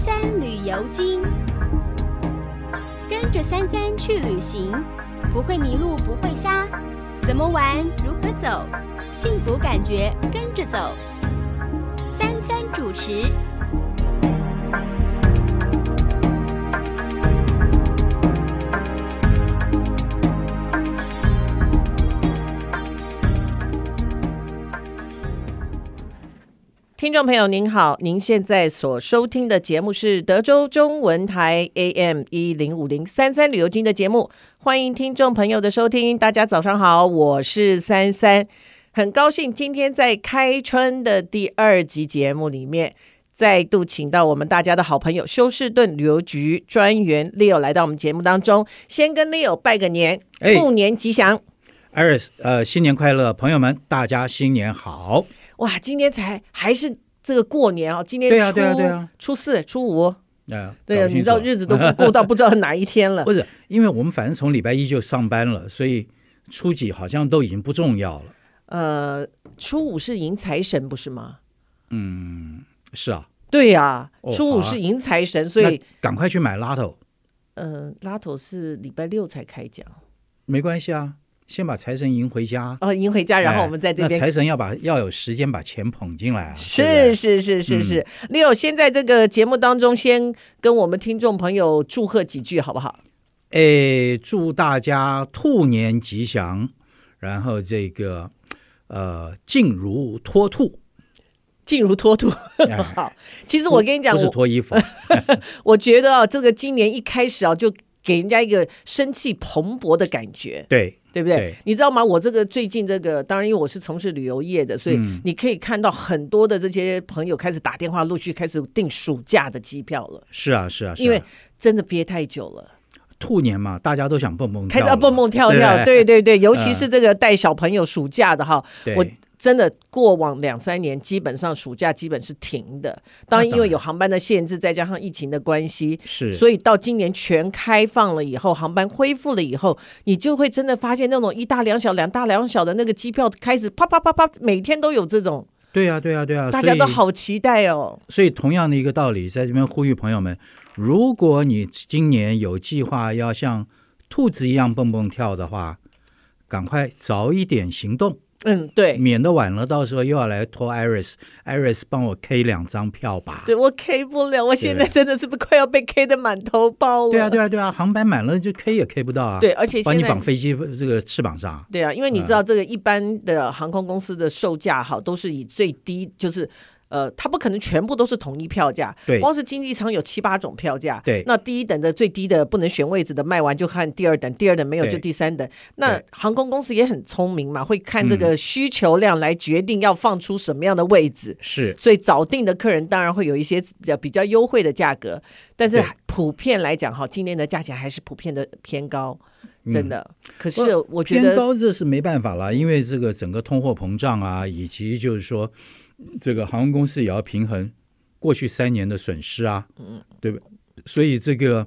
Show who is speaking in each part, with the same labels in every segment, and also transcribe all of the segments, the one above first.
Speaker 1: 三旅游经，跟着三三去旅行，不会迷路，不会瞎，怎么玩，如何走，幸福感觉跟着走。三三主持。
Speaker 2: 听众朋友您好，您现在所收听的节目是德州中文台 AM 一零五零三三旅游经的节目，欢迎听众朋友的收听。大家早上好，我是三三，很高兴今天在开春的第二集节目里面。再度请到我们大家的好朋友休士顿旅游局专员 Leo 来到我们节目当中，先跟 Leo 拜个年，
Speaker 3: 哎
Speaker 2: 兔年吉祥！
Speaker 3: Iris，呃，新年快乐，朋友们，大家新年好。
Speaker 2: 哇，今天才还是这个过年哦，今天初
Speaker 3: 对啊对啊对啊
Speaker 2: 初四、初五，哦
Speaker 3: 呃，
Speaker 2: 对
Speaker 3: 搞
Speaker 2: 呀，
Speaker 3: 清
Speaker 2: 你知道
Speaker 3: 楚
Speaker 2: 日子都过过到不知道哪一天 了
Speaker 3: 不。是？因为我们反正从礼拜一就上班了，所以初几好像都已经不重要了。
Speaker 2: 呃，初五是迎财神，不是吗？
Speaker 3: 是啊，
Speaker 2: 对呀、
Speaker 3: 哦
Speaker 2: 初五
Speaker 3: 好啊
Speaker 2: 是迎财神，所以
Speaker 3: 那赶快去买拉头，
Speaker 2: 呃，拉头是礼拜六才开奖
Speaker 3: 没关系啊，先把财神迎回家。
Speaker 2: 哦，迎回家， 然后
Speaker 3: 哎
Speaker 2: 我们在这边。
Speaker 3: 那财神要把要有时间把钱捧进来啊。对
Speaker 2: 是嗯
Speaker 3: 不对
Speaker 2: 是是是是，六先在这个节目当中，先跟我们听众朋友祝贺几句好不好？
Speaker 3: 哎，祝大家兔年吉祥，然后这个呃，静如脱兔。
Speaker 2: 静如脱兔，
Speaker 3: 哎
Speaker 2: 好。其实我跟你讲，
Speaker 3: 不是
Speaker 2: 我
Speaker 3: 脱衣服，
Speaker 2: 我觉得啊，这个今年一开始啊，就给人家一个生气蓬勃的感觉。
Speaker 3: 对，
Speaker 2: 对不对？
Speaker 3: 对
Speaker 2: 你知道吗？我这个最近这个，当然因为我是从事旅游业的，所以
Speaker 3: 嗯
Speaker 2: 你可以看到很多的这些朋友开始打电话，陆续开始订暑假的机票了，
Speaker 3: 是啊，是啊，是啊
Speaker 2: 因为真的憋太久了，
Speaker 3: 兔年嘛，大家都想蹦蹦跳
Speaker 2: 开
Speaker 3: 了
Speaker 2: 始
Speaker 3: 嘛，
Speaker 2: 要蹦蹦跳
Speaker 3: 对
Speaker 2: 跳，
Speaker 3: 不
Speaker 2: 对
Speaker 3: 对嗯
Speaker 2: 对对，尤其是这个带小朋友暑假的哈，
Speaker 3: 对
Speaker 2: 我真的过往两三年基本上暑假基本是停的，当然因为有航班的限制，再加上疫情的关系，
Speaker 3: 是，
Speaker 2: 所以到今年全开放了以后，航班恢复了以后，你就会真的发现那种一大两小、两大两小的那个机票开始啪啪啪啪，每天都有这种，
Speaker 3: 对啊，对啊，对啊，
Speaker 2: 大家都
Speaker 3: 所以。
Speaker 2: 好期待哦。
Speaker 3: 所以同样的一个道理，在这边呼吁朋友们，如果你今年有计划要像兔子一样蹦蹦跳的话，赶快早一点行动，
Speaker 2: 嗯，对，
Speaker 3: 免得晚了，到时候又要来拖 Iris，Iris 帮我 K 两张票吧。
Speaker 2: 对我 K 不了，我现在真的是不快要被 K 的满头包了。
Speaker 3: 对啊，对啊，对啊，航班满了就 K 也 K 不到啊。
Speaker 2: 对，，而且
Speaker 3: 帮
Speaker 2: 现
Speaker 3: 你
Speaker 2: 在
Speaker 3: 绑。飞机这个翅膀上啊。
Speaker 2: 对啊，因为你知道这个一般的航空公司的售价好都是以最低，就是呃，它不可能全部都是统一票价，
Speaker 3: 对
Speaker 2: 光是经济舱有七八种票价，
Speaker 3: 对
Speaker 2: 那第一等的最低的不能选位置的卖完就看第二等，第二等没有
Speaker 3: 对
Speaker 2: 就第三等。那
Speaker 3: 对嗯
Speaker 2: 航空公司也很聪明嘛，会看这个需求量来决定要放出什么样的位置。
Speaker 3: 是，
Speaker 2: 所以早订的客人当然会有一些比较比较优惠的价格，但是
Speaker 3: 对
Speaker 2: 普遍来讲哈，今年的价钱还是普遍的偏高，真的。可
Speaker 3: 嗯不
Speaker 2: 是我觉
Speaker 3: 偏
Speaker 2: 得
Speaker 3: 高这是没办法啦，因为这个整个通货膨胀啊，以及就是说，这个航空公司也要平衡过去三年的损失啊，嗯，对不对？所以这个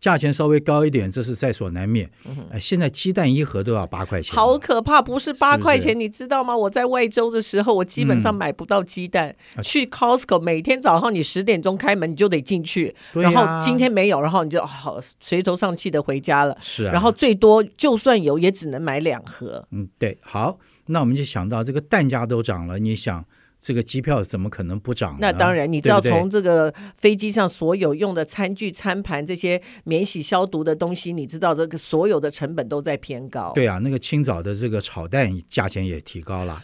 Speaker 3: 价钱稍微高一点，这是在所难免。哎，现在鸡蛋一盒都要八块钱，
Speaker 2: 嗯好可怕，不是八
Speaker 3: 是不嗯
Speaker 2: 块
Speaker 3: 是
Speaker 2: 钱，你知道吗？我在外州的时候，我基本上买不到鸡蛋。
Speaker 3: 啊
Speaker 2: 去 Costco 每天早上你十点钟开门，你就得进去，
Speaker 3: 对
Speaker 2: 然后
Speaker 3: 呀
Speaker 2: 今天没有，然后你就哦好垂头丧气的回家了。
Speaker 3: 是啊，
Speaker 2: 然后最多就算有，也只能买两盒。
Speaker 3: 嗯，对，好，那我们就想到这个蛋价都涨了，你想这个机票怎么可能不涨呢？
Speaker 2: 那当然，你知
Speaker 3: 对
Speaker 2: 道
Speaker 3: 嗯不对
Speaker 2: 从这个飞机上所有用的餐具、餐盘这些免洗消毒的东西，你知道这个所有的成本都在偏高。
Speaker 3: 对啊，那个清早的这个炒蛋价钱也提高了，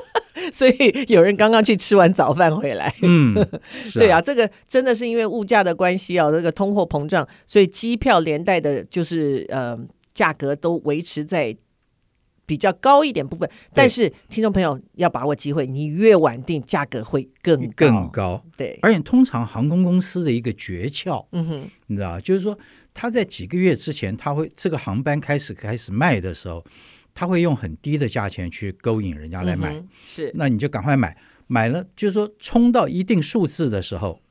Speaker 2: 所以有人刚刚去吃完早饭回来。
Speaker 3: 嗯，是
Speaker 2: 对啊，这个真的是因为物价的关系啊，这个通货膨胀，所以机票连带的就是呃价格都维持在比较高一点部分。但是听众朋友要把握机会，你越晚定价格会更高。
Speaker 3: 更高。
Speaker 2: 对，
Speaker 3: 而且通常航空公司的一个诀窍，
Speaker 2: 嗯哼，
Speaker 3: 你知道，就是说他在几个月之前，他会这个航班开始开始卖的时候，他会用很低的价钱去勾引人家来
Speaker 2: 嗯
Speaker 3: 买，
Speaker 2: 哼是
Speaker 3: 那你就赶快买，买了就是说冲到一定数字的时候，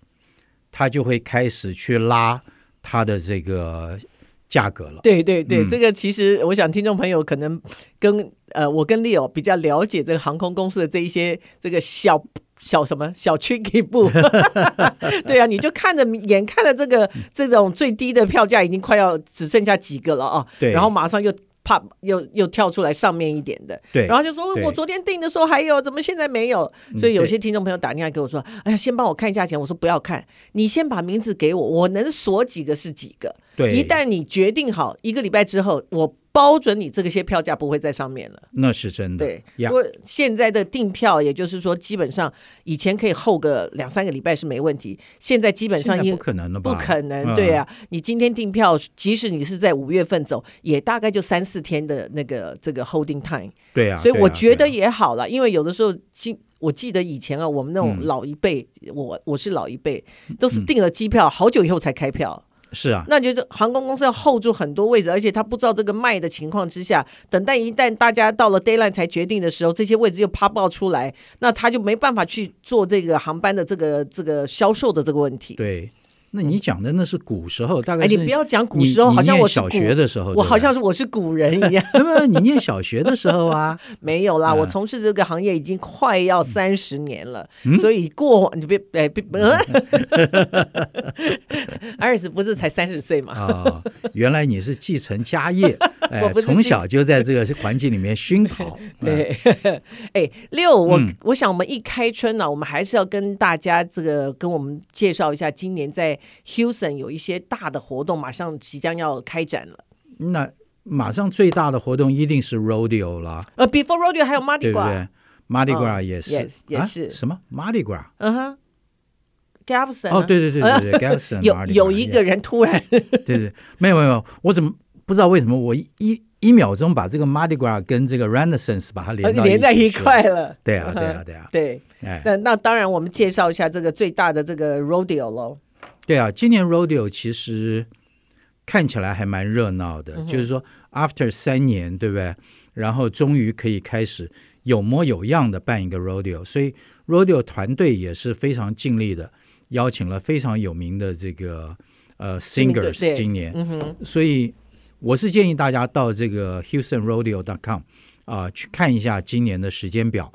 Speaker 3: 他就会开始去拉他的这个价格了。
Speaker 2: 对对对，
Speaker 3: 嗯
Speaker 2: 这个其实我想听众朋友可能跟呃我跟 Leo 比较了解这个航空公司的这一些这个小小什么小 tricky 步， 对啊，你就看着眼看着这个这种最低的票价已经快要只剩下几个了啊，
Speaker 3: 对
Speaker 2: 然后马上又 pop 又又跳出来上面一点的，
Speaker 3: 对
Speaker 2: 然后就说
Speaker 3: 对嗯
Speaker 2: 我昨天订的时候还有，怎么现在没有？所以有些听众朋友打电话给我说，哎呀，先帮我看一下钱，我说不要看，你先把名字给我，我能锁几个是几个，
Speaker 3: 对，
Speaker 2: 一旦你决定好，一个礼拜之后，我包准你这个些票价不会在上面了。
Speaker 3: 那是真的，
Speaker 2: 对，
Speaker 3: 呀
Speaker 2: 不过现在的订票，也就是说，基本上以前可以候个两三个礼拜是没问题，现在基本
Speaker 3: 现
Speaker 2: 上
Speaker 3: 在
Speaker 2: 因
Speaker 3: 不可能了吧？
Speaker 2: 不可能，
Speaker 3: 嗯
Speaker 2: 对啊，你今天订票，即使你是在五月份走，也大概就三四天的那个这个 holding time，
Speaker 3: 对啊，
Speaker 2: 所以
Speaker 3: 对啊
Speaker 2: 我觉得
Speaker 3: 对啊
Speaker 2: 也好了，因为有的时候今。我记得以前啊，我们那种
Speaker 3: 嗯
Speaker 2: 老一辈，我我是老一辈，都是订了机票，好久以后才开票。
Speaker 3: 是啊，
Speaker 2: 那就是航空公司要 hold 住很多位置，而且他不知道这个卖的情况之下，等待一旦大家到了 d a y l i n e 才决定的时候，这些位置又 pop out 出来，那他就没办法去做这个航班的这个这个销售的这个问题。
Speaker 3: 对。那你讲的那是古时候，大概
Speaker 2: 哎，
Speaker 3: 是
Speaker 2: 你不要讲古
Speaker 3: 你
Speaker 2: 时候，
Speaker 3: 你
Speaker 2: 好像
Speaker 3: 念
Speaker 2: 我是
Speaker 3: 小
Speaker 2: 古
Speaker 3: 学的时候，
Speaker 2: 我好像
Speaker 3: 是
Speaker 2: 是我是古人一 样，
Speaker 3: 那么你念小学的时 候啊，
Speaker 2: 没有啦，我
Speaker 3: 嗯
Speaker 2: 从事这个行业已经快要三十年了，所以过你别哎别， 呃 二十不是才三十岁嘛？
Speaker 3: 啊，原来你是继承 家业，
Speaker 2: 我
Speaker 3: 哎
Speaker 2: 不，是
Speaker 3: 从
Speaker 2: 继
Speaker 3: 小就在这个环境里面熏陶。嗯，
Speaker 2: 对， 哎，六，我、
Speaker 3: 嗯
Speaker 2: 我想我们一开春呢、我们还是要跟大家这个跟我们介绍一下，今年在 Houston 有一些大的活动，马上即将要开展了。
Speaker 3: 那马上最大的活动一定是 rodeo 啦，
Speaker 2: 呃，Before Rodeo 还有 Mardi
Speaker 3: 对不
Speaker 2: Gras，
Speaker 3: 对？Mardi
Speaker 2: 嗯
Speaker 3: Gras 也是
Speaker 2: yes，，也
Speaker 3: 啊
Speaker 2: 是
Speaker 3: 什么 Mardi Gras？
Speaker 2: 嗯哼，Galveston
Speaker 3: 哦，
Speaker 2: 啊，
Speaker 3: 对对对 对对 g a l s o n
Speaker 2: 有有一个人突然
Speaker 3: 对对，没有没有没有，我怎么不知道为什么我一一一秒钟把这个 Mardi Gras 跟这个 Renaissance 把它连 到
Speaker 2: 呃连在
Speaker 3: 一
Speaker 2: 一
Speaker 3: 起去
Speaker 2: 块？了。
Speaker 3: 对啊对
Speaker 2: 嗯
Speaker 3: 啊
Speaker 2: 哼
Speaker 3: 对啊，
Speaker 2: 对，
Speaker 3: 哎，
Speaker 2: 那那当然，我们介绍一下这个最大的这个 rodeo 喽。
Speaker 3: 对啊，今年 Rodeo 其实看起来还蛮热闹的，
Speaker 2: 嗯
Speaker 3: 就是说 after 三年，对不对？然后终于可以开始有模有样的办一个 Rodeo，所以 Rodeo 团队也是非常尽力的，邀请了非常有名的这个呃
Speaker 2: 知名的
Speaker 3: singers，
Speaker 2: 对
Speaker 3: 今年，
Speaker 2: 嗯哼，
Speaker 3: 所以我是建议大家到这个 HoustonRodeo.com 啊、去看一下今年的时间表。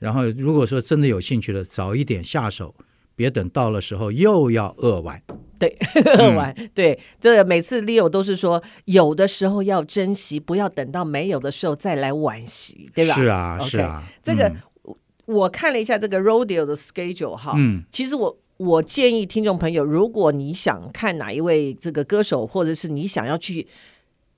Speaker 3: 然后，如果说真的有兴趣的，早一点下手，别等到了时候又要扼腕。
Speaker 2: 喝
Speaker 3: 嗯
Speaker 2: 完。 对，这每次 Leo 都是说，有的时候要珍惜，不要等到没有的时候再来惋惜，对吧？
Speaker 3: 是啊
Speaker 2: OK
Speaker 3: 是啊，
Speaker 2: 这个、
Speaker 3: 嗯
Speaker 2: 我看了一下这个 Rodeo 的 schedule 哈，
Speaker 3: 嗯
Speaker 2: 其实我。我建议听众朋友，如果你想看哪一位这个歌手，或者是你想要去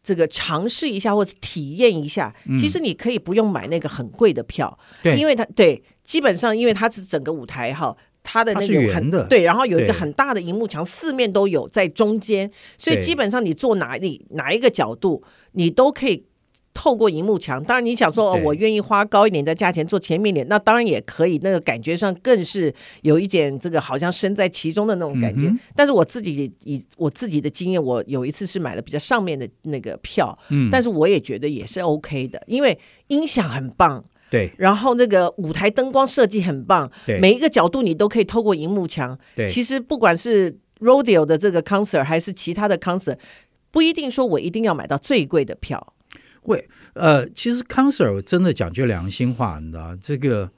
Speaker 2: 这个尝试一下，或者体验一下，
Speaker 3: 嗯
Speaker 2: 其实你可以不用买那个很贵的票，
Speaker 3: 对
Speaker 2: 因为它对基本上因为它是整个舞台哈，它的那
Speaker 3: 它是
Speaker 2: 个
Speaker 3: 圆
Speaker 2: 很
Speaker 3: 的
Speaker 2: 对，然后有一个
Speaker 3: 对
Speaker 2: 很大的荧幕墙，四面都有，在中间，所以
Speaker 3: 对
Speaker 2: 基本上你坐哪里哪一个角度，你都可以透过荧幕墙，当然你想说，哦
Speaker 3: 对，
Speaker 2: 我愿意花高一点的价钱做前面一点，那当然也可以，那个感觉上更是有一点这个好像身在其中的那种感觉。
Speaker 3: 嗯哼
Speaker 2: 但是我自己以我自己的经验，我有一次是买了比较上面的那个票，
Speaker 3: 嗯，
Speaker 2: 但
Speaker 3: 是
Speaker 2: 是我也觉得也是 OK 的，因为音响很棒，
Speaker 3: 对
Speaker 2: 然后那个舞台灯光设计很棒，
Speaker 3: 对
Speaker 2: 每一个角度你都可以透过荧幕墙。
Speaker 3: 对
Speaker 2: 其实不管是 rodeo 的这个 concert 还是其他的 concert，不一定说我一定要买到最贵的票。
Speaker 3: 会呃，其实 concert 真的讲究良心话，你知道这个，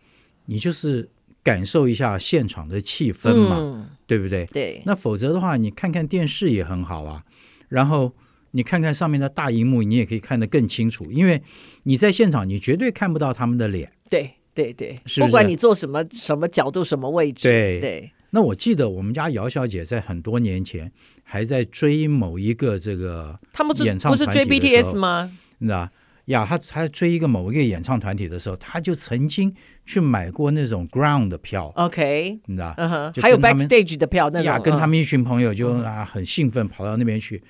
Speaker 3: 你就是感受一下现场的气氛嘛，
Speaker 2: 嗯，
Speaker 3: 对不对？
Speaker 2: 对，
Speaker 3: 那否则的话，你看看电视也很好啊，然后你看看上面的大荧幕，你也可以看得更清楚，因为你在现场你绝对看不到他们的脸。
Speaker 2: 对对对，
Speaker 3: 是不是
Speaker 2: 管你坐什么什么角度、什么位置，
Speaker 3: 对
Speaker 2: 对
Speaker 3: 那我记得我们家姚小姐在很多年前还在追某一个这个，
Speaker 2: 他们不是
Speaker 3: 演唱
Speaker 2: 不是追
Speaker 3: 团体的时
Speaker 2: BTS
Speaker 3: 候
Speaker 2: 吗？
Speaker 3: 你知道呀，她她追一个某一个演唱团体的时候，她就曾经去买过那种 ground 的票，
Speaker 2: OK，
Speaker 3: 你知道。
Speaker 2: 嗯哼，
Speaker 3: 就
Speaker 2: 还有
Speaker 3: 跟他们
Speaker 2: backstage 的票那
Speaker 3: 呀，
Speaker 2: 种，
Speaker 3: 跟他
Speaker 2: 嗯
Speaker 3: 们一群朋友就啊很兴奋跑到那边去。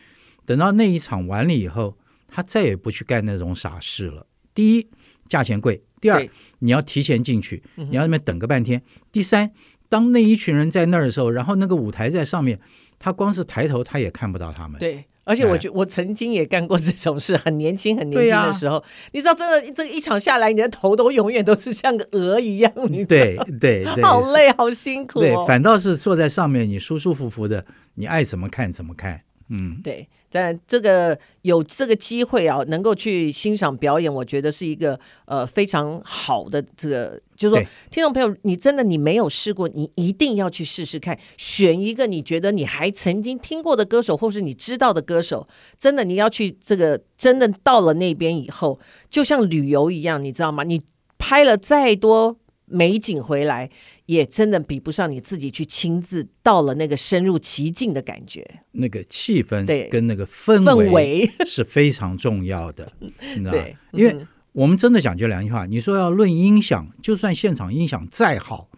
Speaker 3: 等到那一场完了以后，他再也不去干那种傻事了。第一，价钱贵；第二
Speaker 2: 对，嗯
Speaker 3: 你要提前进去，你要那边等个半天；第三，当那一群人在那儿的时候，然后那个舞台在上面，他光是抬头他也看不到他们。
Speaker 2: 对。而且我
Speaker 3: 哎
Speaker 2: 觉我曾经也干过这种事，很年轻很年
Speaker 3: 对啊
Speaker 2: 轻
Speaker 3: 呀
Speaker 2: 的时候，你知道，真的这个一场下来，你的头都永远都是像个鹅一样，你
Speaker 3: 对对对，
Speaker 2: 好
Speaker 3: 是
Speaker 2: 累，啊好辛苦、哦。
Speaker 3: 对，反倒是坐在上面，你舒舒服服的，你爱怎么看怎么看。嗯，
Speaker 2: 对，当然，这个有这个机会啊，能够去欣赏表演，我觉得是一个呃非常好的这个，就是说
Speaker 3: 对，
Speaker 2: 听众朋友，你真的你没有试过，你一定要去试试看，选一个你觉得你还曾经听过的歌手，或是你知道的歌手，真的你要去这个，真的到了那边以后，就像旅游一样，你知道吗？你拍了再多美景回来，也真的比不上你自己去亲自到了那个深入其境的感觉
Speaker 3: 那个气氛
Speaker 2: 对
Speaker 3: 跟那个氛
Speaker 2: 氛围。
Speaker 3: 是非常重要的，你知道吧
Speaker 2: 对，
Speaker 3: 因为
Speaker 2: 嗯
Speaker 3: 我们真的讲句良心话，你说要论音响，就算现场音响再好，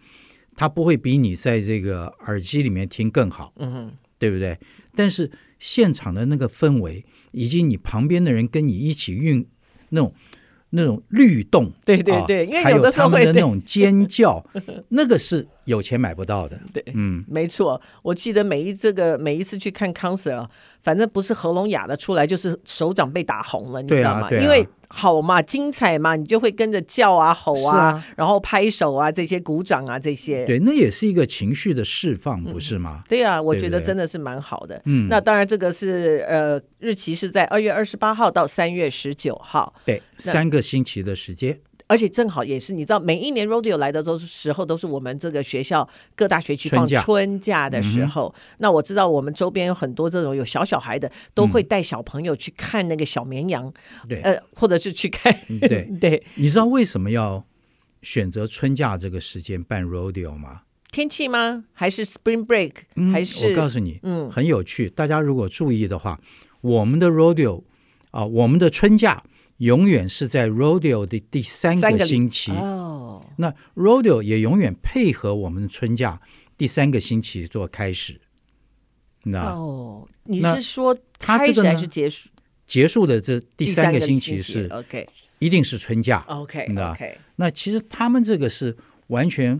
Speaker 3: 它不会比你在这个耳机里面听更好，
Speaker 2: 嗯哼，
Speaker 3: 对不对？但是现场的那个氛围，以及你旁边的人跟你一起运那种那种律动，
Speaker 2: 对对
Speaker 3: 啊
Speaker 2: 对因为
Speaker 3: 还
Speaker 2: 有的时候
Speaker 3: 他们
Speaker 2: 会
Speaker 3: 的那种 尖叫，那个是有钱买不到的。
Speaker 2: 对
Speaker 3: 嗯，
Speaker 2: 没错，我记得每一这个每一次去看 concert，啊反正不是喉咙哑的出来，就是手掌被打红了，你知
Speaker 3: 对啊
Speaker 2: 道吗？
Speaker 3: 对啊
Speaker 2: 因为好嘛，精彩嘛，你就会跟着叫啊、吼
Speaker 3: 是
Speaker 2: 啊，
Speaker 3: 啊
Speaker 2: 然后拍手啊，这些鼓掌啊，这些。
Speaker 3: 对，那也是一个情绪的释放，不是吗？
Speaker 2: 对啊，我
Speaker 3: 对不
Speaker 2: 觉得
Speaker 3: 对
Speaker 2: 真的是蛮好的。
Speaker 3: 嗯
Speaker 2: 那当然，这个是呃，日期是在二月二十八号到三月十九号，
Speaker 3: 对，
Speaker 2: 那
Speaker 3: 三个星期的时间，
Speaker 2: 而且正好也是你知道，每一年 rodeo 来的都是时候，都是我们这个学校各大学区
Speaker 3: 春
Speaker 2: 放
Speaker 3: 假嗯
Speaker 2: 春假的时候。那我知道我们周边有很多这种有小小孩的，都会带小朋友去看那个小绵羊，
Speaker 3: 嗯对
Speaker 2: 呃，或者是去看，
Speaker 3: 嗯对
Speaker 2: 对，
Speaker 3: 你知道为什么要选择春假这个时间办 rodeo 吗？
Speaker 2: 天气吗？还是 spring break？、
Speaker 3: 嗯
Speaker 2: 还
Speaker 3: 我告
Speaker 2: 是
Speaker 3: 诉你，
Speaker 2: 嗯
Speaker 3: 很有趣。大家如果注意的话，我们的 rodeo 啊、我们的春假永远是在 rodeo 的第三
Speaker 2: 三
Speaker 3: 个
Speaker 2: 个礼
Speaker 3: 星期。
Speaker 2: 哦，
Speaker 3: 那 rodeo 也永远配合我们的春假第三个星期做开始，那
Speaker 2: 哦，你
Speaker 3: 啊那
Speaker 2: 是说
Speaker 3: 它这
Speaker 2: 开
Speaker 3: 个
Speaker 2: 始还
Speaker 3: 呢
Speaker 2: 是结束？
Speaker 3: 结束的这第三个星期是嗯啊
Speaker 2: OK
Speaker 3: 一定是春假。
Speaker 2: OK
Speaker 3: 那
Speaker 2: OK，
Speaker 3: 那其实他们这个是完全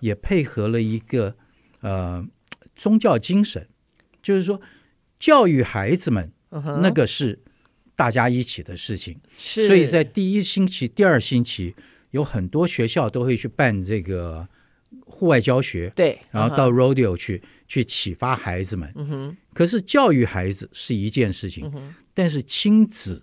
Speaker 3: 也配合了一个呃宗教精神，就是说教育孩子们
Speaker 2: 嗯哼
Speaker 3: 那个是大家一起的事情，
Speaker 2: 是，
Speaker 3: 所以在第一星期、第二星期有很多学校都会去办这个户外教学，
Speaker 2: 对，
Speaker 3: 然后
Speaker 2: 嗯
Speaker 3: 到 rodeo 去去启发孩子们。
Speaker 2: 哼嗯
Speaker 3: 可是教育孩子是一件事情，但是亲子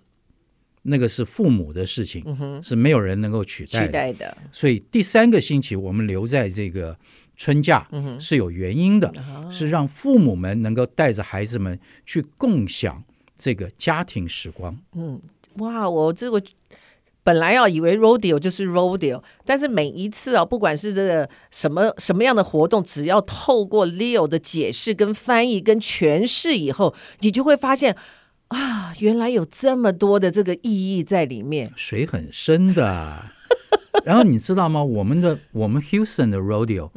Speaker 3: 那个是父母的
Speaker 2: 嗯
Speaker 3: 事情，是没有人能够取
Speaker 2: 哼，期
Speaker 3: 代的。
Speaker 2: 待的，
Speaker 3: 所以第三个星期我们留在这个春假
Speaker 2: 嗯
Speaker 3: 是有原因的，是让父母们能够带着孩子们去共享这个家庭时光。
Speaker 2: 哇，我这个本来啊以为 rodeo 就是 rodeo，但是每一次啊，不管是这个什么什么样的活动，只要透过 Leo 的解释、跟翻译、跟诠释以后，你就会发现啊，原来有这么多的这个意义在里面。
Speaker 3: 水很 深的。然后你知道吗？我们的我们 Houston 的 rodeo，、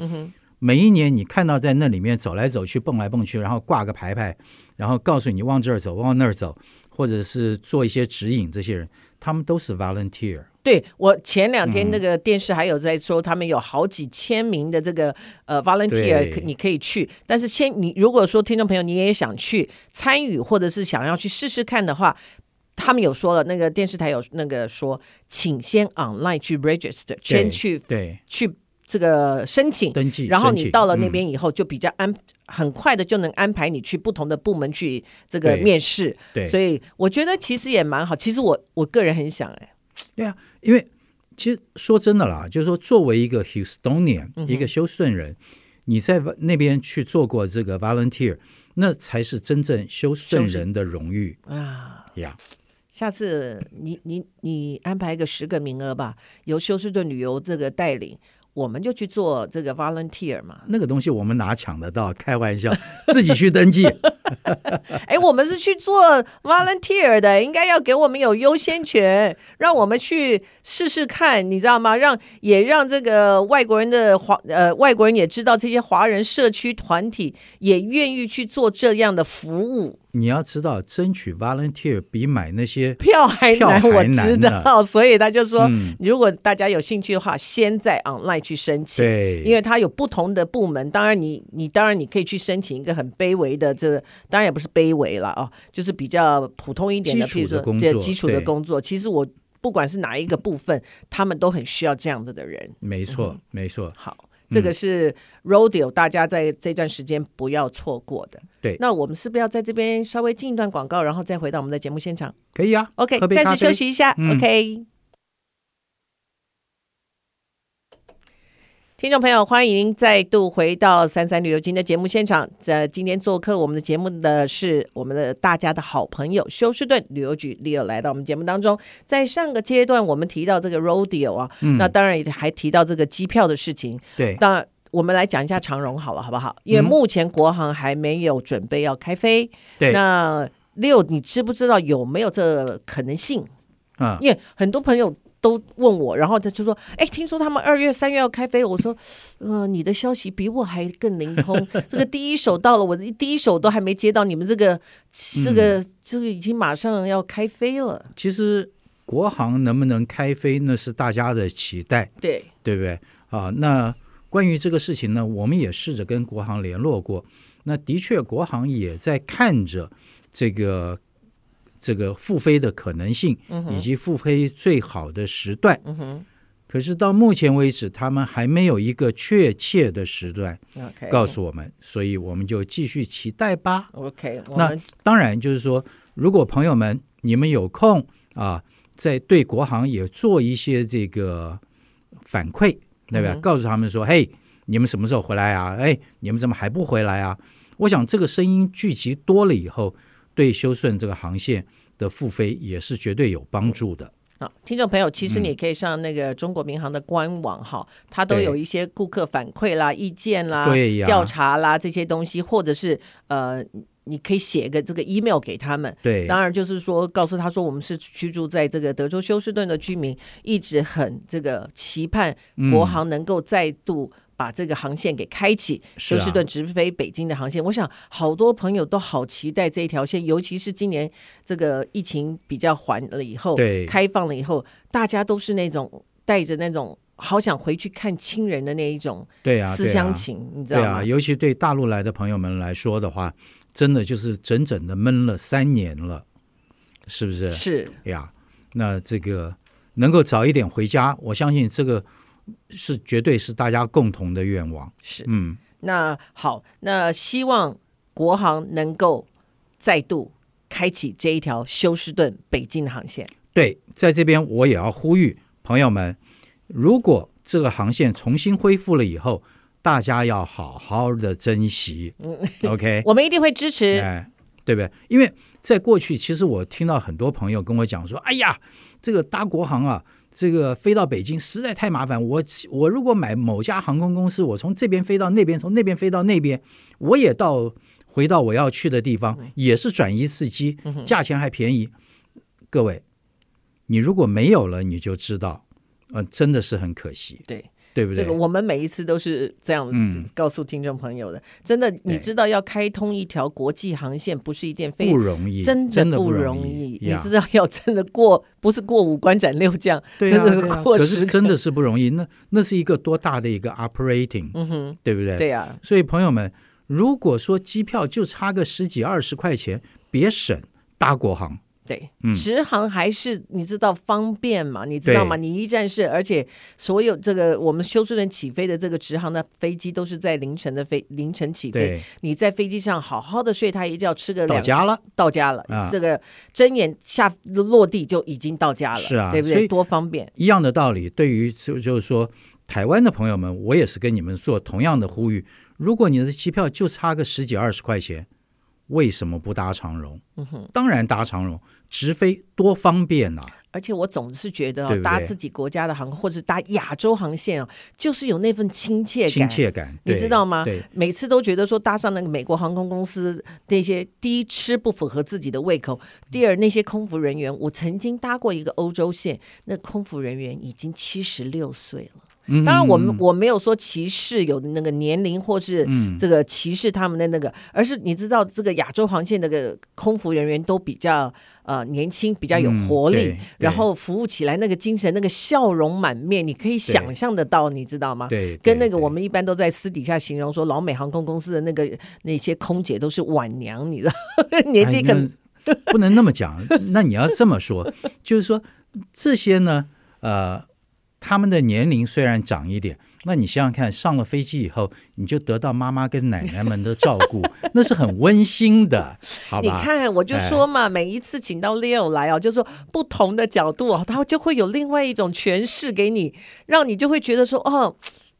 Speaker 3: 每
Speaker 2: 嗯
Speaker 3: 一年你看到在那里面走来走去、蹦来蹦去，然后挂个牌牌，然后告诉你往这儿走、往那儿走，或者是做一些指引，这些人他们都是 volunteer。
Speaker 2: 对我前两天
Speaker 3: 嗯
Speaker 2: 那个电视还有在说，他们有好几千名的这个呃 volunteer，
Speaker 3: 对
Speaker 2: 可你可以去。但是先你如果说听众朋友你也想去参与，或者是想要去试试看的话。他们有说了，那个电视台有那个说，请先 online 去 register，先去
Speaker 3: 对
Speaker 2: 去这个申请，
Speaker 3: 登记，
Speaker 2: 然后
Speaker 3: 申
Speaker 2: 你
Speaker 3: 请
Speaker 2: 到了那、
Speaker 3: 嗯
Speaker 2: 边以后就比较安，很快的就能安排你去不同的部门去这个
Speaker 3: 对
Speaker 2: 面试。
Speaker 3: 对
Speaker 2: 所以我觉得其实也蛮好。其实我我个人很想哎、
Speaker 3: 对啊，因为其实说真的啦，就是说作为一个 Houstonian，、一
Speaker 2: 嗯
Speaker 3: 个休斯顿人，你在那边去做过这个 volunteer，那才是真正休斯顿
Speaker 2: 休斯
Speaker 3: 人的荣誉
Speaker 2: 啊。
Speaker 3: 呀。
Speaker 2: 下次你你你安排个十个名额吧，由休斯顿旅游这个带领，我们就去做这个 volunteer 嘛。
Speaker 3: 那个东西我们哪抢得到？开玩笑，自己去登记。
Speaker 2: 哎，我们是去做 volunteer 的，应该要给我们有优先权，让我们去试试看，你知道吗？让也让这个外国人的华呃外国人也知道这些华人社区团体也愿意去做这样的服务。
Speaker 3: 你要知道，争取 volunteer 比买那些
Speaker 2: 票还
Speaker 3: 票
Speaker 2: 难，
Speaker 3: 还
Speaker 2: 我
Speaker 3: 难
Speaker 2: 知
Speaker 3: 呢
Speaker 2: 道，所以他就说，
Speaker 3: 嗯
Speaker 2: 如果大家有兴趣的话，先在 online 去申请。
Speaker 3: 对，
Speaker 2: 因为它有不同的部门，当然你你当然你可以去申请一个很卑微的这个，当然也不是卑微了啊，就是比较普通一点的，
Speaker 3: 基
Speaker 2: 譬
Speaker 3: 础的
Speaker 2: 如说
Speaker 3: 工
Speaker 2: 这
Speaker 3: 作
Speaker 2: 基础的
Speaker 3: 对
Speaker 2: 工作。其实我不管是哪一个部分，他们都很需要这样子的人。
Speaker 3: 没错，没错。
Speaker 2: 好，这
Speaker 3: 嗯
Speaker 2: 个是 Rodeo，大家在这段时间不要错过的。
Speaker 3: 对
Speaker 2: 那我们是不是要在这边稍微进一段广告，然后再回到我们的节目现场
Speaker 3: 可以啊。
Speaker 2: ？OK，
Speaker 3: 喝杯
Speaker 2: 暂
Speaker 3: 咖
Speaker 2: 时
Speaker 3: 啡
Speaker 2: 休息一下。
Speaker 3: 嗯
Speaker 2: OK。听众朋友，欢迎再度回到三三旅游金的节目现场。这呃今天做客我们的节目的是我们的大家的好朋友休斯顿旅游局 Leo 来到我们节目当中。在上个阶段，我们提到这个 Rodeo 啊，
Speaker 3: 嗯，
Speaker 2: 那当然也还提到这个机票的事情。
Speaker 3: 对，
Speaker 2: 那我们来讲一下长荣好了，好不好？因为
Speaker 3: 嗯
Speaker 2: 目前国航还没有准备要开飞。
Speaker 3: 对
Speaker 2: 那六，你知不知道有没有这个可能性？
Speaker 3: 嗯，
Speaker 2: 因为很多朋友都问我，然后他就说：“哎，听说他们二月、三月要开飞了。”我说：“呃，你的消息比我还更灵 通，这个第一手到了，我的第一手都还没接到，你们这个这个、这个已经马上要开飞了。
Speaker 3: 其实国航能不能开飞，那是大家的期待，”
Speaker 2: 对，
Speaker 3: 对不对啊？那关于这个事情呢，我们也试着跟国航联络过。那的确，国航也在看着这个这个复飞的可能性，以及复飞最好的时段。
Speaker 2: 嗯哼
Speaker 3: 可是到目前为止，他们还没有一个确切的时段
Speaker 2: ，OK，
Speaker 3: 告诉我们，所以我们就继续期待吧。
Speaker 2: OK，我
Speaker 3: 那
Speaker 2: 们
Speaker 3: 当然就是说，如果朋友们你们有空啊，在对国航也做一些这个反馈，对
Speaker 2: 嗯
Speaker 3: 吧？
Speaker 2: 哼
Speaker 3: 告诉他们说，嘿，你们什么时候回来啊？哎，你们怎么还不回来啊？我想这个声音聚集多了以后，对修顺这个航线的复飞也是绝对有帮助的。
Speaker 2: 好，听众朋友，其实你可以上那个中国民航的官网哈，它都
Speaker 3: 嗯对
Speaker 2: 有一些顾客反馈啦、意见啦、
Speaker 3: 对呀
Speaker 2: 调查啦这些东西，或者是呃，你可以写个这个 email 给他们。
Speaker 3: 对，
Speaker 2: 当然，就是说告诉他说，我们是居住在这个德州休斯顿的居民，一直很这个期盼国
Speaker 3: 嗯
Speaker 2: 航能够再度把这个航线给开启，
Speaker 3: 是
Speaker 2: 休
Speaker 3: 啊
Speaker 2: 斯顿直飞北京的航线。我想好多朋友都好期待这一条线，尤其是今年这个疫情比较缓了以后，
Speaker 3: 对
Speaker 2: 开放了以后，大家都是那种带着那种好想回去看亲人的那一种
Speaker 3: 对啊，
Speaker 2: 思
Speaker 3: 对啊
Speaker 2: 乡情，你知
Speaker 3: 对
Speaker 2: 道
Speaker 3: 啊，
Speaker 2: 吗？
Speaker 3: 尤其对大陆来的朋友们来说的话，真的就是整整的闷了三年了，是不是？
Speaker 2: 是，
Speaker 3: 呀，那这个能够早一点回家，我相信这个是绝对是大家共同的愿望。
Speaker 2: 是。
Speaker 3: 嗯，
Speaker 2: 那好，那希望国航能够再度开启这一条休斯顿北京的航线。
Speaker 3: 对，在这边我也要呼吁朋友们，如果这个航线重新恢复了以后，大家要好好的珍惜。OK，
Speaker 2: 我们一定会支持。
Speaker 3: 哎，对不对？因为在过去，其实我听到很多朋友跟我讲说：“哎呀，这个搭国航啊，这个飞到北京实在太麻烦。我我如果买某家航空公司，我从这边飞到那边，从那边飞到那边，我也到回到我要去的地
Speaker 2: 嗯
Speaker 3: 方，也是转一次机，价钱还便宜。各位，你如果没有了，你就知道，呃，真的是很可惜，
Speaker 2: 对，
Speaker 3: 对不对？
Speaker 2: 这个我们每一次都是这样子
Speaker 3: 嗯
Speaker 2: 告诉听众朋友的。真的，你知道要开通一条国际航线不是一件非
Speaker 3: 不容易，
Speaker 2: 真
Speaker 3: 真
Speaker 2: 的
Speaker 3: 不
Speaker 2: 容
Speaker 3: 易
Speaker 2: 你
Speaker 3: 呀
Speaker 2: 知道要真的过，不是过五关斩六将，
Speaker 3: 对
Speaker 2: 真
Speaker 3: 啊，
Speaker 2: 的
Speaker 3: 对啊
Speaker 2: 过
Speaker 3: 可
Speaker 2: 十
Speaker 3: 是
Speaker 2: 个
Speaker 3: 真的是不容易。那那是一个多大的一个 operating，、
Speaker 2: 嗯哼，
Speaker 3: 对不对？
Speaker 2: 对呀、
Speaker 3: 所以朋友们，如果说机票就差个十几二十块钱，别省，搭国航。
Speaker 2: 对，
Speaker 3: 嗯
Speaker 2: 直航还是你知道方便嘛？你知道吗？
Speaker 3: 对
Speaker 2: 你一站式，而且所有这个我们休斯顿起飞的这个直航的飞机都是在凌晨的飞，凌晨起飞
Speaker 3: 对。
Speaker 2: 你在飞机上好好的睡他一觉，吃个
Speaker 3: 到
Speaker 2: 两
Speaker 3: 家了，
Speaker 2: 到家了，
Speaker 3: 啊
Speaker 2: 这个睁眼下落地就已经到家了，
Speaker 3: 是啊
Speaker 2: 对不
Speaker 3: 所
Speaker 2: 对？
Speaker 3: 以
Speaker 2: 多方便。
Speaker 3: 一样的道理。对于就就是说，台湾的朋友们，我也是跟你们做同样的呼吁：如果你的机票就差个十几二十块钱，为什么不搭长荣？
Speaker 2: 嗯
Speaker 3: 当然搭长荣，直飞多方便啊呐、
Speaker 2: 而且我总是觉得、哦，
Speaker 3: 对不对
Speaker 2: 搭自己国家的航空或者搭亚洲航线啊，就是有那份亲切感。
Speaker 3: 亲切感，
Speaker 2: 你
Speaker 3: 对
Speaker 2: 知道吗
Speaker 3: 对，？
Speaker 2: 每次都觉得说搭上那个美国航空公司那些，第一吃不符合自己的胃口，第二那些空服人员，我曾经搭过一个欧洲线，那空服人员已经七十六岁了。
Speaker 3: 嗯
Speaker 2: 当然，我们
Speaker 3: 嗯
Speaker 2: 我没有说歧视有那个年龄，或是
Speaker 3: 嗯
Speaker 2: 这个歧视他们的那个，而是你知道这个亚洲航线那个空服人员都比较呃年轻，比较有
Speaker 3: 嗯
Speaker 2: 活力，
Speaker 3: 对
Speaker 2: 然
Speaker 3: 对
Speaker 2: 后服务起来那个精神、那个笑容满面，你可以想象得到，你知道吗？
Speaker 3: 对，
Speaker 2: 跟
Speaker 3: 对
Speaker 2: 那个
Speaker 3: 对
Speaker 2: 我们一般都在私底下形容说，老美航空公司的那个那些空姐都是晚娘，你知道， 年纪
Speaker 3: 哎
Speaker 2: 可能、
Speaker 3: 那不能那么讲。那你要这么说，就是说这些呢，呃，他们的年龄虽然长一点，那你想想看，上了飞机以后，你就得到妈妈跟奶奶们的照顾，那是很温馨的，好
Speaker 2: 你
Speaker 3: 吧？
Speaker 2: 看，我就
Speaker 3: 哎
Speaker 2: 说嘛，每一次请到 Leo 来哦，就是说不同的角度哦，他就会有另外一种诠释给你，让你就会觉得说，哦，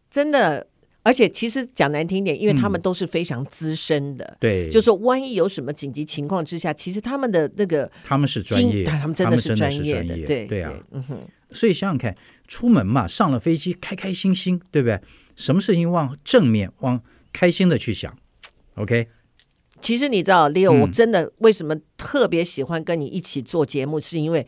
Speaker 2: 真的。而且其实讲难听一点，因为他们都是非常资深的，
Speaker 3: 嗯对，
Speaker 2: 就是说万一有什么紧急情况之下，其实他们的那个
Speaker 3: 他们是专
Speaker 2: 经
Speaker 3: 业，
Speaker 2: 他们真的
Speaker 3: 的
Speaker 2: 是
Speaker 3: 是
Speaker 2: 专业
Speaker 3: 专
Speaker 2: 的，
Speaker 3: 业，
Speaker 2: 对
Speaker 3: 啊。，
Speaker 2: 嗯哼，
Speaker 3: 所以想想看，出门嘛，上了飞机，开开心心，对不对？什么事情往正面、往开心的去想，OK？
Speaker 2: 其实你知道，Leo，、
Speaker 3: 嗯
Speaker 2: 我真的为什么特别喜欢跟你一起做节目，是因为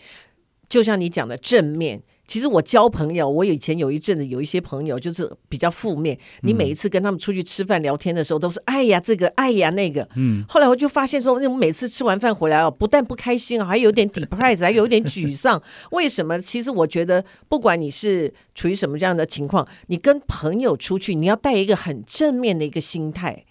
Speaker 2: 就像你讲的正面。其实我交朋友，我以前有一阵子有一些朋友就是比较负面，你每一次跟他们出去吃饭聊天的时候，都是哎呀这个，哎呀那个。嗯。后来我就发现说，那我每次吃完饭回来哦，不但不开心，还有点 depressed，还有一点沮丧。为什么？其实我觉得，不管你是处于什么这样的情况，你跟朋友出去，你要带一个很正面的一个心态。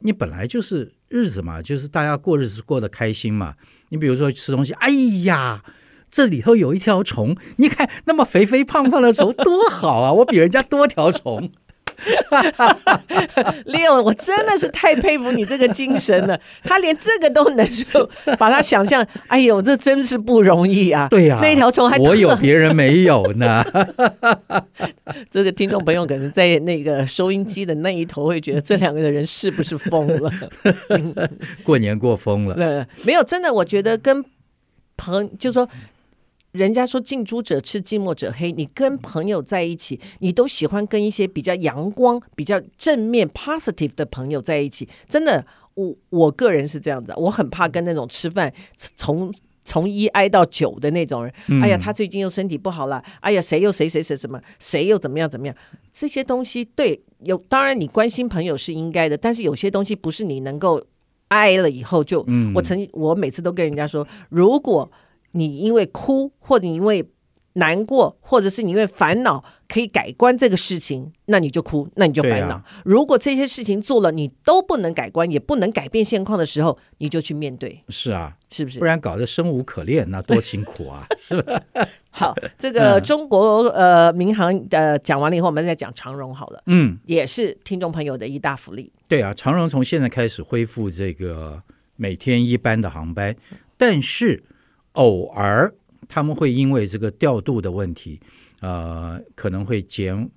Speaker 3: 你本来就是日子嘛，就是大家过日子过得开心嘛。你比如说吃东西，哎呀，这里头有一条虫，你看那么肥肥胖胖的虫多好啊，我比人家多条虫。
Speaker 2: Leo，我真的是太佩服你这个精神了，他连这个都能够把它想象，哎呦，这真是不容易啊！
Speaker 3: 对呀、
Speaker 2: 那条虫还
Speaker 3: 我有
Speaker 2: 特，
Speaker 3: 别人没有呢。
Speaker 2: 这个听众朋友可能在那个收音机的那一头会觉得这两个人是不是疯了？
Speaker 3: 过年过疯了，
Speaker 2: 那没有，真的，我觉得跟朋就说。人家说近朱者赤，近墨者黑。你跟朋友在一起，你都喜欢跟一些比较阳光、比较正面、positive 的朋友在一起。真的，我我个人是这样子，我很怕跟那种吃饭从从一挨到九的那种人。哎呀，他最近又身体不好了。哎呀，谁又谁谁谁什么，谁又怎么样怎么样。这些东西对有，当然你关心朋友是应该的，但是有些东西不是你能够挨了以后就，
Speaker 3: 嗯
Speaker 2: 我曾我每次都跟人家说，如果你因为哭或者你因为难过，或者是你因为烦恼可以改观这个事情，那你就哭，那你就
Speaker 3: 对啊
Speaker 2: 烦恼。如果这些事情做了你都不能改观，也不能改变现况的时候，你就去面对，
Speaker 3: 是啊，
Speaker 2: 是不是
Speaker 3: 不？然搞得生无可恋，那多辛苦啊， 是吧？
Speaker 2: 好，这
Speaker 3: 嗯
Speaker 2: 个中国呃民航呃讲完了以后，我们再讲长荣好了，
Speaker 3: 嗯，
Speaker 2: 也是听众朋友的一大福利。
Speaker 3: 对啊，长荣从现在开始恢复这个每天一班的航班，但是偶尔他们会因为这个调度的问题，呃，可能会减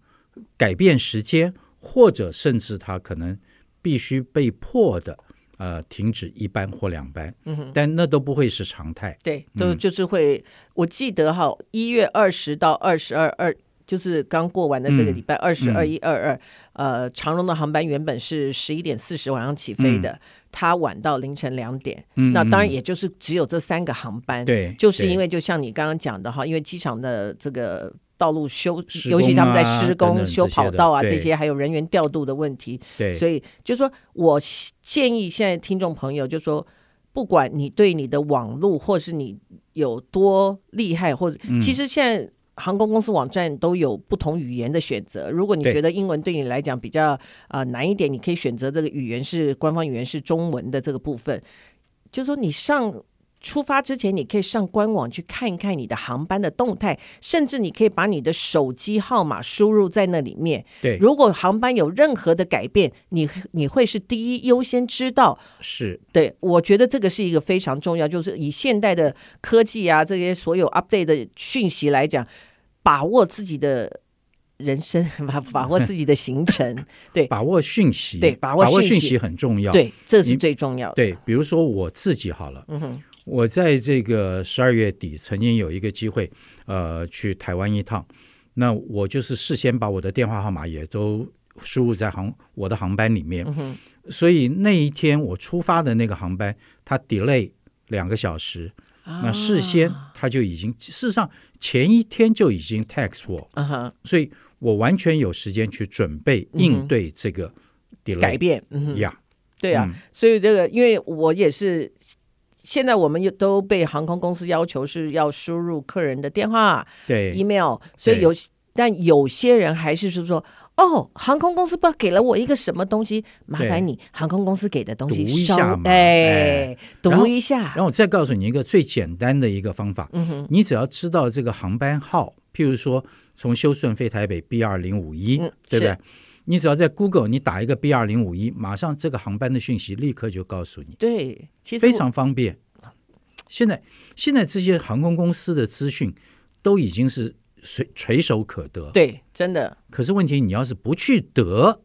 Speaker 3: 改变时间，或者甚至他可能必须被迫的呃停止一班或两班，嗯、但那都不会是常态。
Speaker 2: 对，都就是会，我记得哈，一月二十到二十二二。就是刚过完的这
Speaker 3: 嗯
Speaker 2: 个礼拜，二十二、一二二，呃，长荣的航班原本是十一点四十晚上起飞的，它晚到凌晨两点。
Speaker 3: 嗯
Speaker 2: 那当然
Speaker 3: 嗯
Speaker 2: 也就是只有这三个航班。
Speaker 3: 对
Speaker 2: 就是因
Speaker 3: 对
Speaker 2: 为就像你刚刚讲的哈，因为机场的这个道路修，
Speaker 3: 施
Speaker 2: 尤其
Speaker 3: 工
Speaker 2: 他们在
Speaker 3: 啊
Speaker 2: 施
Speaker 3: 等
Speaker 2: 工、
Speaker 3: 等
Speaker 2: 修
Speaker 3: 这些
Speaker 2: 跑
Speaker 3: 的
Speaker 2: 道啊
Speaker 3: 对
Speaker 2: 这些，还有人员调度的问题，
Speaker 3: 对，
Speaker 2: 所以就说我希建议现在听众朋友就说，不管你对你的网络或是你有多厉害，或者、其实现在。航空公司网站都有不同语言的选择。如果你
Speaker 3: 对
Speaker 2: 觉得英文对你来讲比较啊、呃难一点，你可以选择这个语言是官方语言是中文的这个部分。就说你上出发之前，你可以上官网去看一看你的航班的动态，甚至你可以把你的手机号码输入在那里面，
Speaker 3: 对
Speaker 2: 如果航班有任何的改变，你你会是第一优先知道。
Speaker 3: 是
Speaker 2: 对，我觉得这个是一个非常重要，就是以现代的科技啊，这些所有 update 的讯息来讲，把握自己的人生， 把把握自己的行程，对
Speaker 3: 把握讯息，
Speaker 2: 对把握讯息
Speaker 3: 息很重 要。
Speaker 2: 对，这是
Speaker 3: 你
Speaker 2: 最重要的。
Speaker 3: 对，比如说我自己好了，
Speaker 2: 嗯哼，
Speaker 3: 我在这个十二月底曾经有一个机会，呃，去台湾一趟，那我就是事先把我的电话号码也都输入在航我的航班里面，
Speaker 2: 嗯哼
Speaker 3: 所以那一天我出发的那个航班，它 delay 两个小时，
Speaker 2: 啊
Speaker 3: 那事先他就已经，事实上前一天就已经 text 我，
Speaker 2: 嗯哼，
Speaker 3: 所以我完全有时间去准备应对这个 delay
Speaker 2: 嗯改变，嗯哼，
Speaker 3: 呀，
Speaker 2: 对啊，所以这个，因为我也是，现在我们也都被航空公司要求是要输入客人的电话，
Speaker 3: 对
Speaker 2: email，所以
Speaker 3: 对
Speaker 2: 有但有些人还是是说，哦，航空公司不知道给了我一个什么东西，麻
Speaker 3: 对
Speaker 2: 烦你航空公司给的东西
Speaker 3: 读一
Speaker 2: 稍
Speaker 3: 下嘛
Speaker 2: 哎
Speaker 3: 哎，然
Speaker 2: 读
Speaker 3: 后
Speaker 2: 一下
Speaker 3: 然，后我再告诉你一个最简单的一个方法，
Speaker 2: 嗯哼，
Speaker 3: 你只要知道这个航班号，譬如说从修顺飞台北 B 二零五一，
Speaker 2: 嗯
Speaker 3: 对不对
Speaker 2: 是？
Speaker 3: 你只要在 Google 你打一个 B 二零五一，马上这个航班的讯息立刻就告诉你，
Speaker 2: 对，其实
Speaker 3: 非
Speaker 2: 我
Speaker 3: 常方便。现在现在这些航空公司的资讯都已经是随垂手可得，
Speaker 2: 对，真的，
Speaker 3: 可是问题你要是不去得，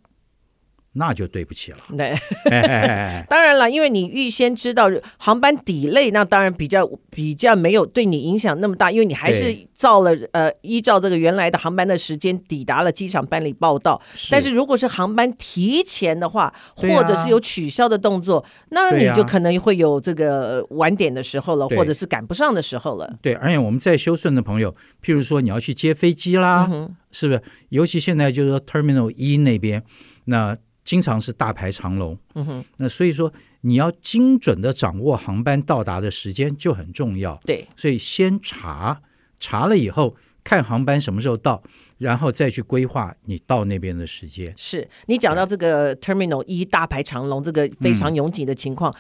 Speaker 3: 那就对不起了。
Speaker 2: 对，
Speaker 3: 哎哎哎哎
Speaker 2: 当然了，因为你预先知道航班 delay，那当然比较比较没有对你影响那么大，因为你还是
Speaker 3: 对
Speaker 2: 照了呃依照这个原来的航班的时间抵达了机场办理报到。但是如果是航班提前的话，
Speaker 3: 对啊
Speaker 2: 或者是有取消的动作，那
Speaker 3: 对
Speaker 2: 你
Speaker 3: 啊
Speaker 2: 就可能会有这个呃晚点的时候了，
Speaker 3: 对
Speaker 2: 或者是赶不上的时候了。
Speaker 3: 对，而且我们在修顺的朋友，譬如说你要去接飞机
Speaker 2: 嗯
Speaker 3: 啦，是不是？尤其现在就是说 Terminal 一那边，那经常是大排长龙。嗯哼，那所以说你要精准的掌握航班到达的时间就很重要。
Speaker 2: 对，
Speaker 3: 所以先查，查了以后看航班什么时候到，然后再去规划你到那边的时间。
Speaker 2: 是你讲到这个 Terminal 一大排长龙这个非常拥挤的情况，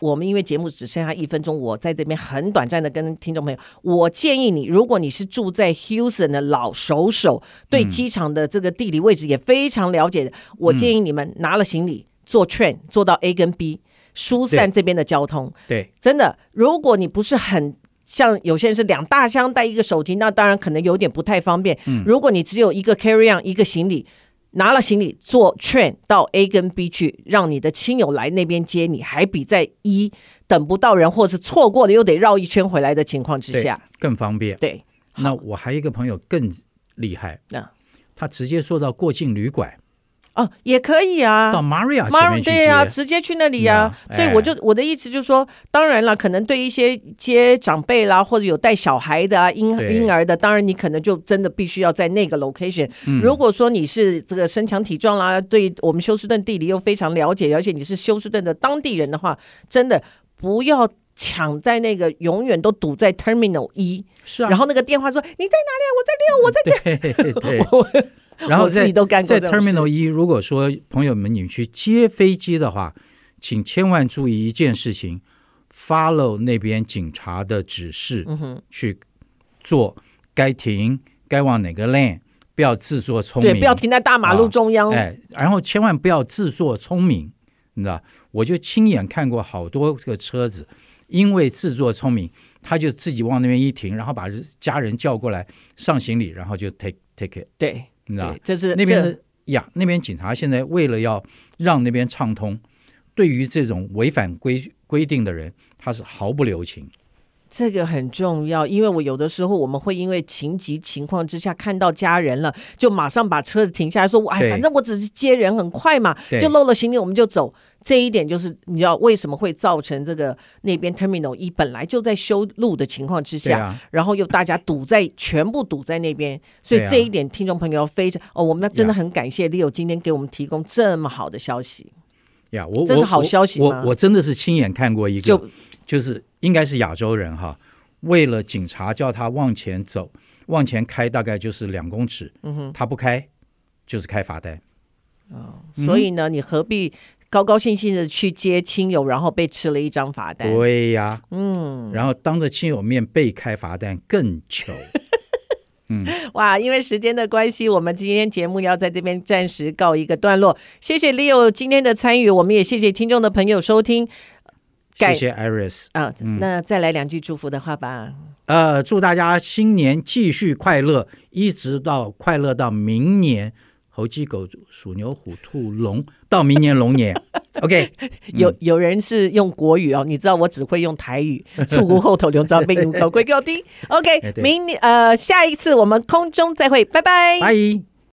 Speaker 2: 我们因为节目只剩下一分钟，我在这边很短暂的跟听众朋友，我建议你，如果你是住在 Houston 的老熟手，对机场的这个地理位置也非常了解的，我建议你们拿了行李坐 train 坐到 A 跟 B，疏散这边的交通。
Speaker 3: 对，
Speaker 2: 真的，如果你不是很像有些人是两大箱带一个手提，那当然可能有点不太方便。如果你只有一个 carry on 一个行李，拿了行李坐 train 到 A 跟 B 去，让你的亲友来那边接你，还比在一、等不到人或是错过了又得绕一圈回来的情况之
Speaker 3: 对
Speaker 2: 下，，
Speaker 3: 更方便。
Speaker 2: 对，
Speaker 3: 那我还有一个朋友更厉害，
Speaker 2: 那、
Speaker 3: 他直接坐到过境旅馆，
Speaker 2: 哦也可以啊，
Speaker 3: 到 Maria
Speaker 2: 马
Speaker 3: 前
Speaker 2: 尔
Speaker 3: 面去
Speaker 2: 对
Speaker 3: 接。
Speaker 2: 呀、啊直接去那里呀、
Speaker 3: 嗯啊
Speaker 2: 所以我就
Speaker 3: 哎
Speaker 2: 我的意思就是说，当然了，可能对一些接长辈啦，或者有带小孩的啊、婴
Speaker 3: 对
Speaker 2: 婴儿的，当然你可能就真的必须要在那个 location。如
Speaker 3: 嗯
Speaker 2: 果说你是这个身强体壮啦，对我们休斯顿地理又非常了解，而且你是休斯顿的当地人的话，真的不要。抢在那个永远都堵在 Terminal 一、
Speaker 3: 是啊，
Speaker 2: 然后那个电话说你在哪里啊？我在六，我在
Speaker 3: 对对， 然 后
Speaker 2: 我自
Speaker 3: 在
Speaker 2: 己都干过
Speaker 3: 在
Speaker 2: 这种事
Speaker 3: Terminal E 一，如果说朋友们你去接飞机的话，请千万注意一件事情，follow 那边警察的指示，
Speaker 2: 嗯
Speaker 3: 去做该停该往哪个 lane，不要自作聪
Speaker 2: 对，
Speaker 3: 明，
Speaker 2: 不要停在大马路中央。
Speaker 3: 哎，然后千万不要自作聪明，你知道？我就亲眼看过好多个车子，因为自作聪明，他就自己往那边一停，然后把家人叫过来上行李，然后就 take take it，
Speaker 2: 对，
Speaker 3: 你知道
Speaker 2: 对？这是
Speaker 3: 啊那边
Speaker 2: 这
Speaker 3: 的呀，那边警察现在为了要让那边畅通，对于这种违反规规定的人，他是毫不留情。
Speaker 2: 这个很重要，因为我有的时候我们会因为情急情况之下看到家人了，就马上把车子停下来说：“哎，
Speaker 3: 对
Speaker 2: 反正我只是接人，很快嘛，
Speaker 3: 对
Speaker 2: 就漏了行李我们就走。”这一点就是你知道为什么会造成这个那边 terminal 一本来就在修路的情况之
Speaker 3: 对
Speaker 2: 下，
Speaker 3: 啊，
Speaker 2: 然后又大家堵在全部堵在那边，所以
Speaker 3: 对啊
Speaker 2: 这一点听众朋友非常哦，我们真的
Speaker 3: 呀
Speaker 2: 很感谢 Leo 今天给我们提供这么好的消息，
Speaker 3: 呀，我
Speaker 2: 这是
Speaker 3: 我
Speaker 2: 好
Speaker 3: 我
Speaker 2: 消息吗
Speaker 3: 我我真的是亲眼看过一个，
Speaker 2: 就
Speaker 3: 就是应该是亚洲人哈，为了警察叫他往前走，往前开大概就是两公尺，嗯哼，他不开就是开罚单。嗯
Speaker 2: 所以呢，你何必高高兴兴的去接亲友，然后被吃了一张罚单？
Speaker 3: 对呀、嗯，然后当着亲友面被开罚单更 糗。
Speaker 2: 哇，因为时间的关系，我们今天节目要在这边暂时告一个段落。谢谢 Leo 今天的参与，我们也谢谢听众的朋友收听。
Speaker 3: 谢谢 Iris，
Speaker 2: 啊，那再来两句祝福的话吧。
Speaker 3: 呃，祝大家新年继续快乐，一直到快乐到明年。猴、鸡、狗、鼠、牛、虎、兔、龙，到明年龙 年。OK，
Speaker 2: 有有人是用国语哦，你知道我只会用台 语，祝福后头留着被你口归给我听。OK，
Speaker 3: 哎对
Speaker 2: 明年呃下一次我们空中再会，拜拜。
Speaker 3: 拜。